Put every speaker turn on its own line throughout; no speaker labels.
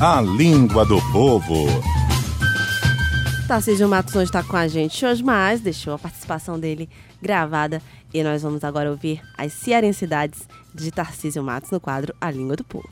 A língua do povo.
Tarcísio Tá, Matos não está com a gente hoje, mas deixou a participação dele gravada e nós vamos agora ouvir as cearencidades de Tarcísio Matos no quadro A Língua do Povo.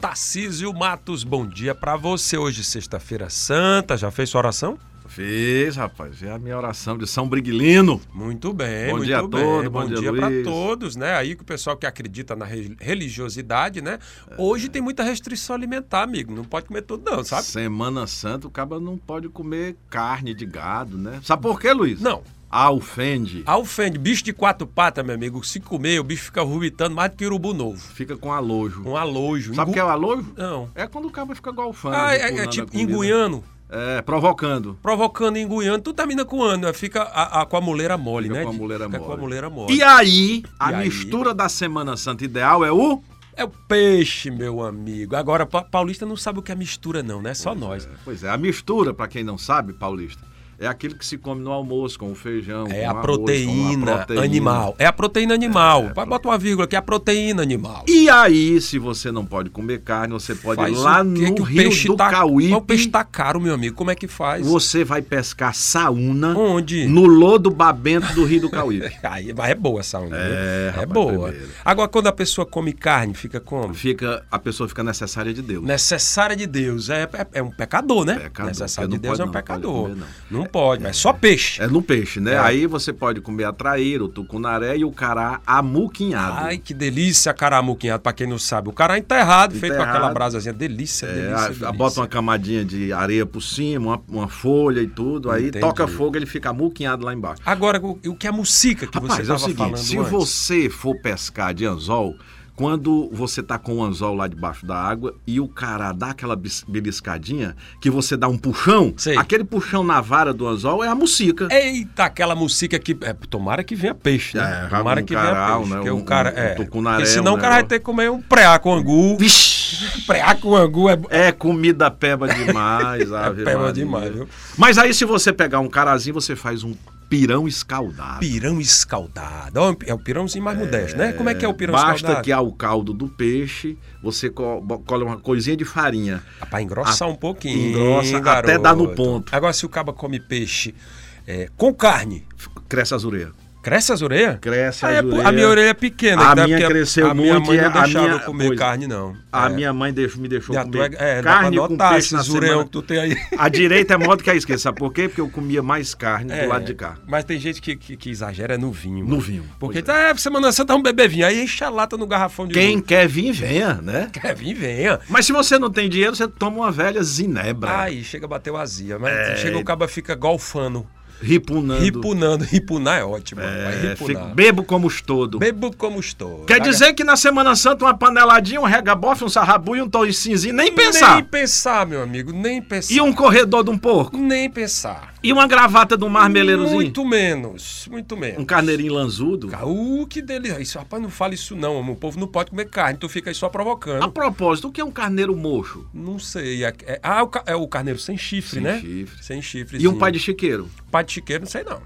Tarcísio Matos, bom dia para você. Hoje, sexta-feira santa, já fez sua oração?
Fiz, rapaz. É a minha oração de São Briguilino.
Muito bem,
Bom
muito
dia a
bem.
todos,
bom,
bom dia,
dia para
Luiz.
todos, né? Aí que o pessoal que acredita na re- religiosidade, né? Hoje tem muita restrição alimentar, amigo. Não pode comer tudo, não, sabe?
Semana Santa, o caba não pode comer carne de gado, né? Sabe por quê, Luiz?
Não.
A ofende.
A ofende, bicho de quatro patas, meu amigo. Se comer, o bicho fica ruitando mais do que urubu novo.
Fica com alojo.
Um alojo.
Sabe o que é o alojo?
Não.
É quando o caba fica golfando.
Ah, é- é,
empurrando a
tipo
comida.
enguiano.
É, provocando.
provocando e enguiando, tu termina com ano, né? fica a- a- com a moleira mole,
Fica
né?
com a
Di?
moleira
Fica com a
mole.
moleira mole.
E aí, a
E aí?
mistura da Semana Santa ideal é o.
É o peixe, meu amigo. Agora, pa- paulista não sabe o que é mistura, não, né? Só nós.
Pois é, a mistura, pra quem não sabe, paulista, é aquilo que se come no almoço com o feijão.
É
com
a
o um arroz,
proteína,
com a proteína.
animal. É a proteína animal. Vai Bota uma vírgula aqui, é a proteína animal.
E aí, se você não pode comer carne, você pode
Faz
ir lá
o quê
no
que o
Rio
peixe
do
tá,
Cauípe.
Mas O peixe tá caro, meu amigo. Como é que faz?
Você vai pescar saúna
Onde?
no lodo babento do Rio do Cauípe.
Aí, mas é boa essa onda. viu?
É, rapaz,
boa.
primeiro.
Agora, quando a pessoa come carne, fica como?
fica, a pessoa fica necessária de Deus.
Né? Necessária de Deus. É, é- é um pecador, né?
Pecador,
Necessária de
porque não
Deus é um
pode não,
pecador.
pode comer,
não. pode, mas só peixe.
É no peixe, né?
É.
Aí você pode comer a traíra, o tucunaré e o cará amuquinhado.
Ai, que delícia, caramuquinhado, pra quem não sabe. O cara enterrado, feito com aquela
Enterrado.
brasazinha. Delícia,
tá É,
delícia,
a-
delícia.
bota uma camadinha de areia por cima, uma, uma folha e tudo, aí
Entendi.
toca fogo, ele fica amuquinhado lá embaixo.
Agora, o, o que é a mucica que você
Rapaz, é
estava
o seguinte,
falando
se
antes?
você for pescar de anzol, quando você tá com o anzol lá debaixo da água e o cara dá aquela bis- beliscadinha, que você dá um puxão,
Sei.
aquele puxão na vara do anzol é a mucica.
Eita, aquela mucica que... é, tomara que venha peixe, né?
É,
tomara
um
que venha
carau,
peixe.
né?
porque
Um-
o cara,
um
é,
tucunaré,
porque senão
um
o cara vai
negócio.
ter que comer um preá com angu.
Vixe!
Preá com angu é...
É comida peba demais, ave
peba
Maria.
demais, viu?
Mas aí se você pegar um carazinho, você faz um pirão escaldado.
Pirão escaldado. Ó, É o pirãozinho mais modesto, né? Como é que é o pirão
Basta
escaldado?
que ao caldo do peixe, você co- bo- cola uma coisinha de farinha.
Pra engrossar um pouquinho.
engrossa
garoto.
até dar no ponto.
Agora, se o caba come peixe é, com carne,
Cresce as orelhas.
cresce as orelhas?
Cresce
Ah,
as
é, pô,
orelhas.
A minha orelha é pequena,
A
tá?
minha
Porque
cresceu
a minha
muito
mãe
e
não
a
deixava
minha-
eu comer
pois é.
carne, não.
A
É.
minha mãe deixou, me deixou
E a tua
comer
é, é,
carne
dá pra
com
notar
peixe
esse
na
zureu
semana.
que tu tem aí.
A direita é maior do que a esquerda, sabe por quê? Porque eu comia mais carne
É.
do lado de cá.
Mas tem gente que, que, que exagera é no vinho.
No vinho,
Porque
pois
tá, é, semana santa é um bebê vinho. Aí enche a lata no garrafão de
Quem
vinho.
quer vir, venha, né?
quer vir, venha.
Mas se você não tem dinheiro, você toma uma velha zinebra,
Aí chega a bater o azia. Mas
É.
chega o caba fica golfando,
ripunando.
ripunando. Ripunar é ótimo. vai
É,
ripunar.
fica, bebo como os todo.
Bebo como estou.
Quer
Tá
dizer que na Semana Santa uma paneladinha, um regabofe, um sarrabu e um toicinzinho, nem pensar.
Nem pensar, meu amigo, nem pensar.
E um corredor de um porco.
Nem pensar.
E uma gravata de um marmeleirozinho.
Muito menos, muito menos.
Um carneirinho lanzudo.
Uh, que delícia. Isso, rapaz, não fala isso não, amor. O povo não pode comer carne, tu fica aí só
A
provocando.
propósito, o que é um carneiro mocho?
Não sei. é- é- ah, o ca- é o carneiro sem chifre,
Sem
né?
chifre.
Sem chifre.
E um pai de chiqueiro? Tá
Pai de chiqueiro, não sei não.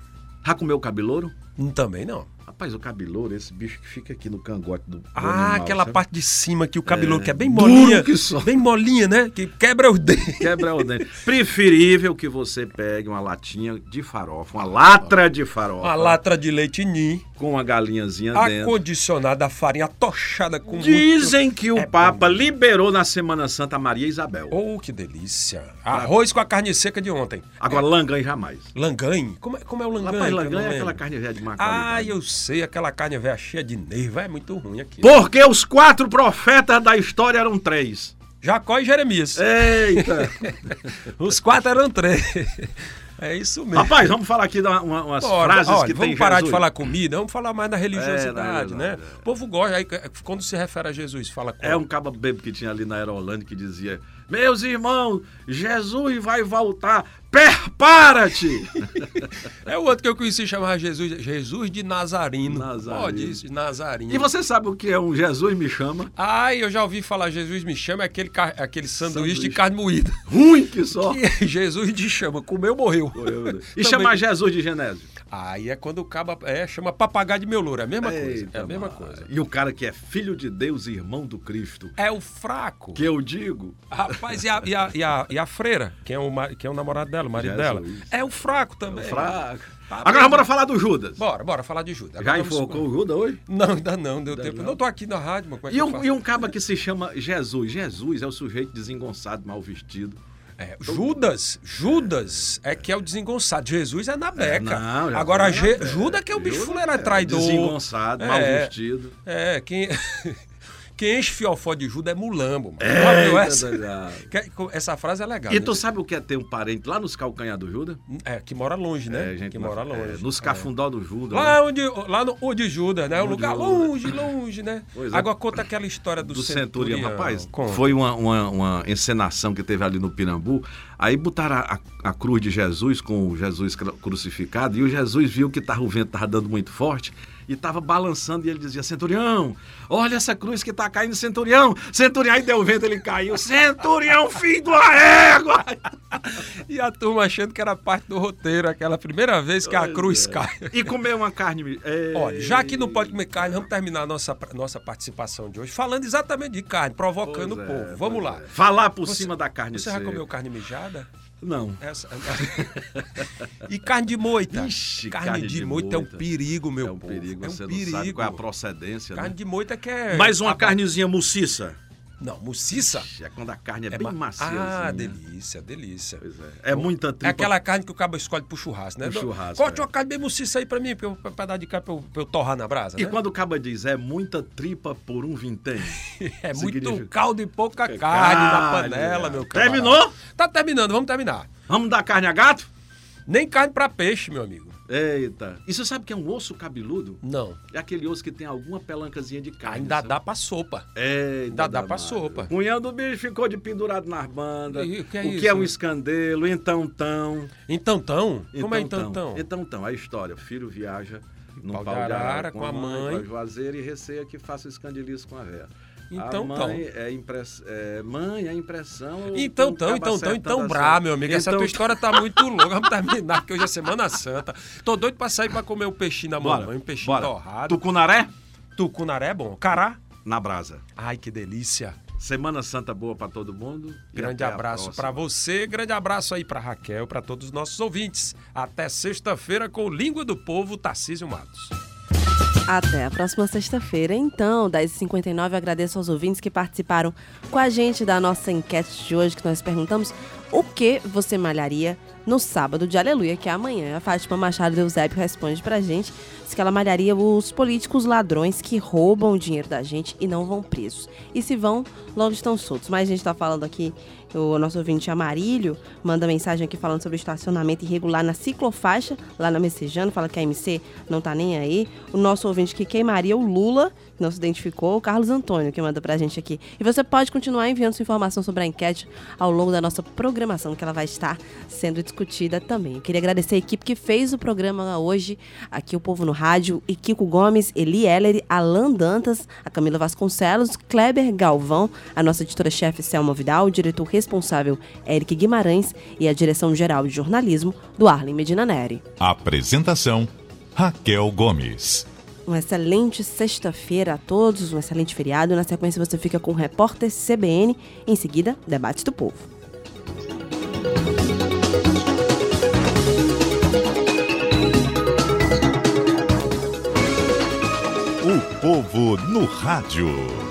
Já comeu cabelouro?
Hum, Também não.
Rapaz, o cabelouro, esse bicho que fica aqui no cangote do, do
Ah,
animal,
aquela
sabe?
parte de cima que o cabelo que é bem
duro
molinha.
que só.
Bem molinha, né? Que quebra os dentes.
Quebra o dente. Preferível que você pegue uma latinha de farofa, uma latra de farofa.
Uma latra de leite ninho,
Com uma galinhazinha Tá dentro.
acondicionada, a farinha atochada com muito-
Ah, Dizem que o
É
Papa liberou na Semana Santa a Maria Isabel.
Oh, que delícia! Arroz com a carne seca de ontem.
Agora, langanha jamais.
Langanhe? Como é, como é o langanhe?
é. Rapaz,
que eu não
langanha é
lembro?
aquela carne velha de má
Ah,
qualidade.
eu sei, aquela carne velha cheia de nervo. É muito ruim aqui.
Porque os quatro profetas da história eram três.
Jacó e Jeremias.
É. Eita!
Os quatro eram três. É isso mesmo.
Rapaz, vamos falar aqui de uma, uma- umas
Bora,
frases
olha,
que
vamos
tem
parar
Jesus.
de falar comida, vamos falar mais da religiosidade,
É,
né?
da- da-
O povo gosta, aí é, quando se refere a Jesus, fala como?
É um cabo bebo que tinha ali na Aerolândia que dizia: Meus irmãos, Jesus vai voltar Prepara-te!
É o outro que eu conheci chamava Jesus, Jesus de Nazarino.
Nazarino.
Ó, disse Nazarino.
E você sabe o que é um Jesus me chama?
Ai, eu já ouvi falar, Jesus me chama, é aquele, car- aquele sanduíche,
Sanduíche.
de carne moída.
Ruim que só.
E Jesus te chama, comeu, morreu.
E
é? Também-
chamar Jesus de Genésio?
Aí é quando o caba é, chama papagaio de meu louro, é a mesma coisa. É a mesma coisa.
então, ah, E o cara que é filho de Deus e irmão do Cristo.
É o fraco.
Que eu digo,
Rapaz, e a, e a, e a, e a freira, que é, o, ma- que é o namorado dela, o marido
Jesus.
dela. É o fraco também.
fraco.
Tá
Agora
bem.
bora falar do Judas.
Bora, bora falar de Judas.
Já
Agora vamos-
enfocou o Judas hoje?
Não, ainda não, deu tempo. Não tô aqui na rádio, mas como é que
E
eu
um,
faço?
e um caba que se chama Jesus. Jesus é o sujeito desengonçado, mal vestido.
É, Judas, Judas é que é o desengonçado. Jesus é na beca.
não, já
Agora,
foi na
Je-
beca.
Judas que é o bicho fuleiro, é
É,
traidor.
Desengonçado, mal
É.
vestido.
É, quem, quem enche fiofó de Judas é mulambo. mano.
Eita,
Olha essa?
danado.
Que- essa frase é legal.
é E
né?
tu sabe o que é ter um parente lá nos calcanhar do Judas?
É, que mora longe, né?
É, gente,
que mora
é,
longe.
nos cafundó do Judas. né?
Lá, onde, lá no O de Judas, né? Um
de
lugar
Judas.
longe, longe, né?
Pois é.
Agora conta aquela história do,
do Centurião. Rapaz,
Conta.
foi uma, uma- uma encenação que teve ali no Pirambu. Aí botaram a, a- a cruz de Jesus com o Jesus cru- crucificado. E o Jesus viu que tava, o vento estava dando muito forte e estava balançando. E ele dizia: Centurião, olha essa cruz que está caindo, Centurião. Centurião, aí deu vento, ele caiu. Centurião, filho da égua!
E a turma achando que era parte do roteiro, aquela primeira vez que a cruz
é.
cai.
E comeu uma carne. é,
Olha, já que não pode comer carne, vamos terminar a nossa, nossa participação de hoje falando exatamente de carne, provocando
pois
o
é,
povo. Vamos
pois
lá.
é. Falar por cima da carne
Você já
seca.
comeu carne É mijada?
Não.
Essa- e carne de moita?
Ixi,
carne, de, moita, é um perigo, meu
é um
povo.
perigo,
é um
você
perigo.
não sabe qual é a procedência.
Carne
né?
de moita que é...
Mais uma
Ah,
carnezinha muciça.
Não, muciça
É quando a carne é,
Tá. é
bem
ma-
macia.
Ah,
assim, né?
delícia, delícia.
Pois é. É muita tripa.
É aquela carne que o cabo escolhe pro churrasco, né?
Pro
Dou-
churrasco,
Corte
é.
uma carne bem muciça aí pra mim, pra, eu- pra dar de cá pra eu, pra eu torrar na brasa,
E
né?
quando o caba diz, é muita tripa por um vintém.
É
Significa-
muito caldo e pouca carne, na
carne,
panela,
é.
meu cara.
Terminou?
Tá terminando, vamos terminar.
Vamos dar carne a gato?
Nem carne pra peixe, meu amigo.
Eita. E você sabe que é um osso cabeludo?
Não.
É aquele osso que tem alguma pelancazinha de carne.
Hum. Ainda
sabe?
dá pra sopa.
Eita,
Ainda dá pra
danado.
sopa.
O cunhão do bicho ficou de pendurado nas bandas.
E o que é
o que
isso,
é um
né?
escandelo, então tão.
Então, tão? Como é então,
então,
tão?
Então, então, a história. Filho viaja no pau, de arara com a mãe, com a Juazeira e receia que faça o escandilizo com a véia.
Então,
a mãe é, impress... é mãe, é impressão.
Então, então, então, então, então, brá, meu amigo. Essa tua história tá muito louca. Vamos terminar, porque hoje é Semana Santa. Tô doido pra sair pra comer o peixinho da mamãe, um peixinho torrado.
Tucunaré?
Tucunaré é bom. Cará?
Na brasa.
Ai, que delícia.
Semana Santa boa pra todo mundo. e
Grande
até a
abraço
próxima.
pra você, grande abraço aí pra Raquel, pra todos os nossos ouvintes. Até sexta-feira com o Língua do Povo, Tarcísio Matos.
Até a próxima sexta-feira. Então, 10h59, eu agradeço aos ouvintes que participaram com a gente da nossa enquete de hoje, que nós perguntamos o que você malharia no sábado de Aleluia, que é amanhã. A Fátima Machado de Eusébio responde pra gente. Diz que ela malharia os políticos ladrões que roubam o dinheiro da gente e não vão presos. E se vão, logo estão soltos. Mas a gente tá falando aqui, o nosso ouvinte Amarílio manda mensagem aqui falando sobre o estacionamento irregular na ciclofaixa, lá na Messejana, fala que a MC não tá nem aí. O nosso ouvinte que queimaria o Lula, que não se identificou, o Carlos Antônio, que manda pra gente aqui. E você pode continuar enviando sua informação sobre a enquete ao longo da nossa programação, que ela vai estar sendo discutida também. Eu queria agradecer a equipe que fez o programa hoje, aqui o Povo no Rádio, e Kiko Gomes, Eli Heller, Alan Dantas, a Camila Vasconcelos, Kleber Galvão, a nossa editora-chefe Selma Vidal, o diretor responsável Eric Guimarães e a direção-geral de jornalismo do Arlen Medina Neri.
Apresentação: Raquel Gomes.
Uma excelente sexta-feira a todos, um excelente feriado. Na sequência você fica com o repórter CBN, em seguida, Debate do Povo.
O povo no rádio.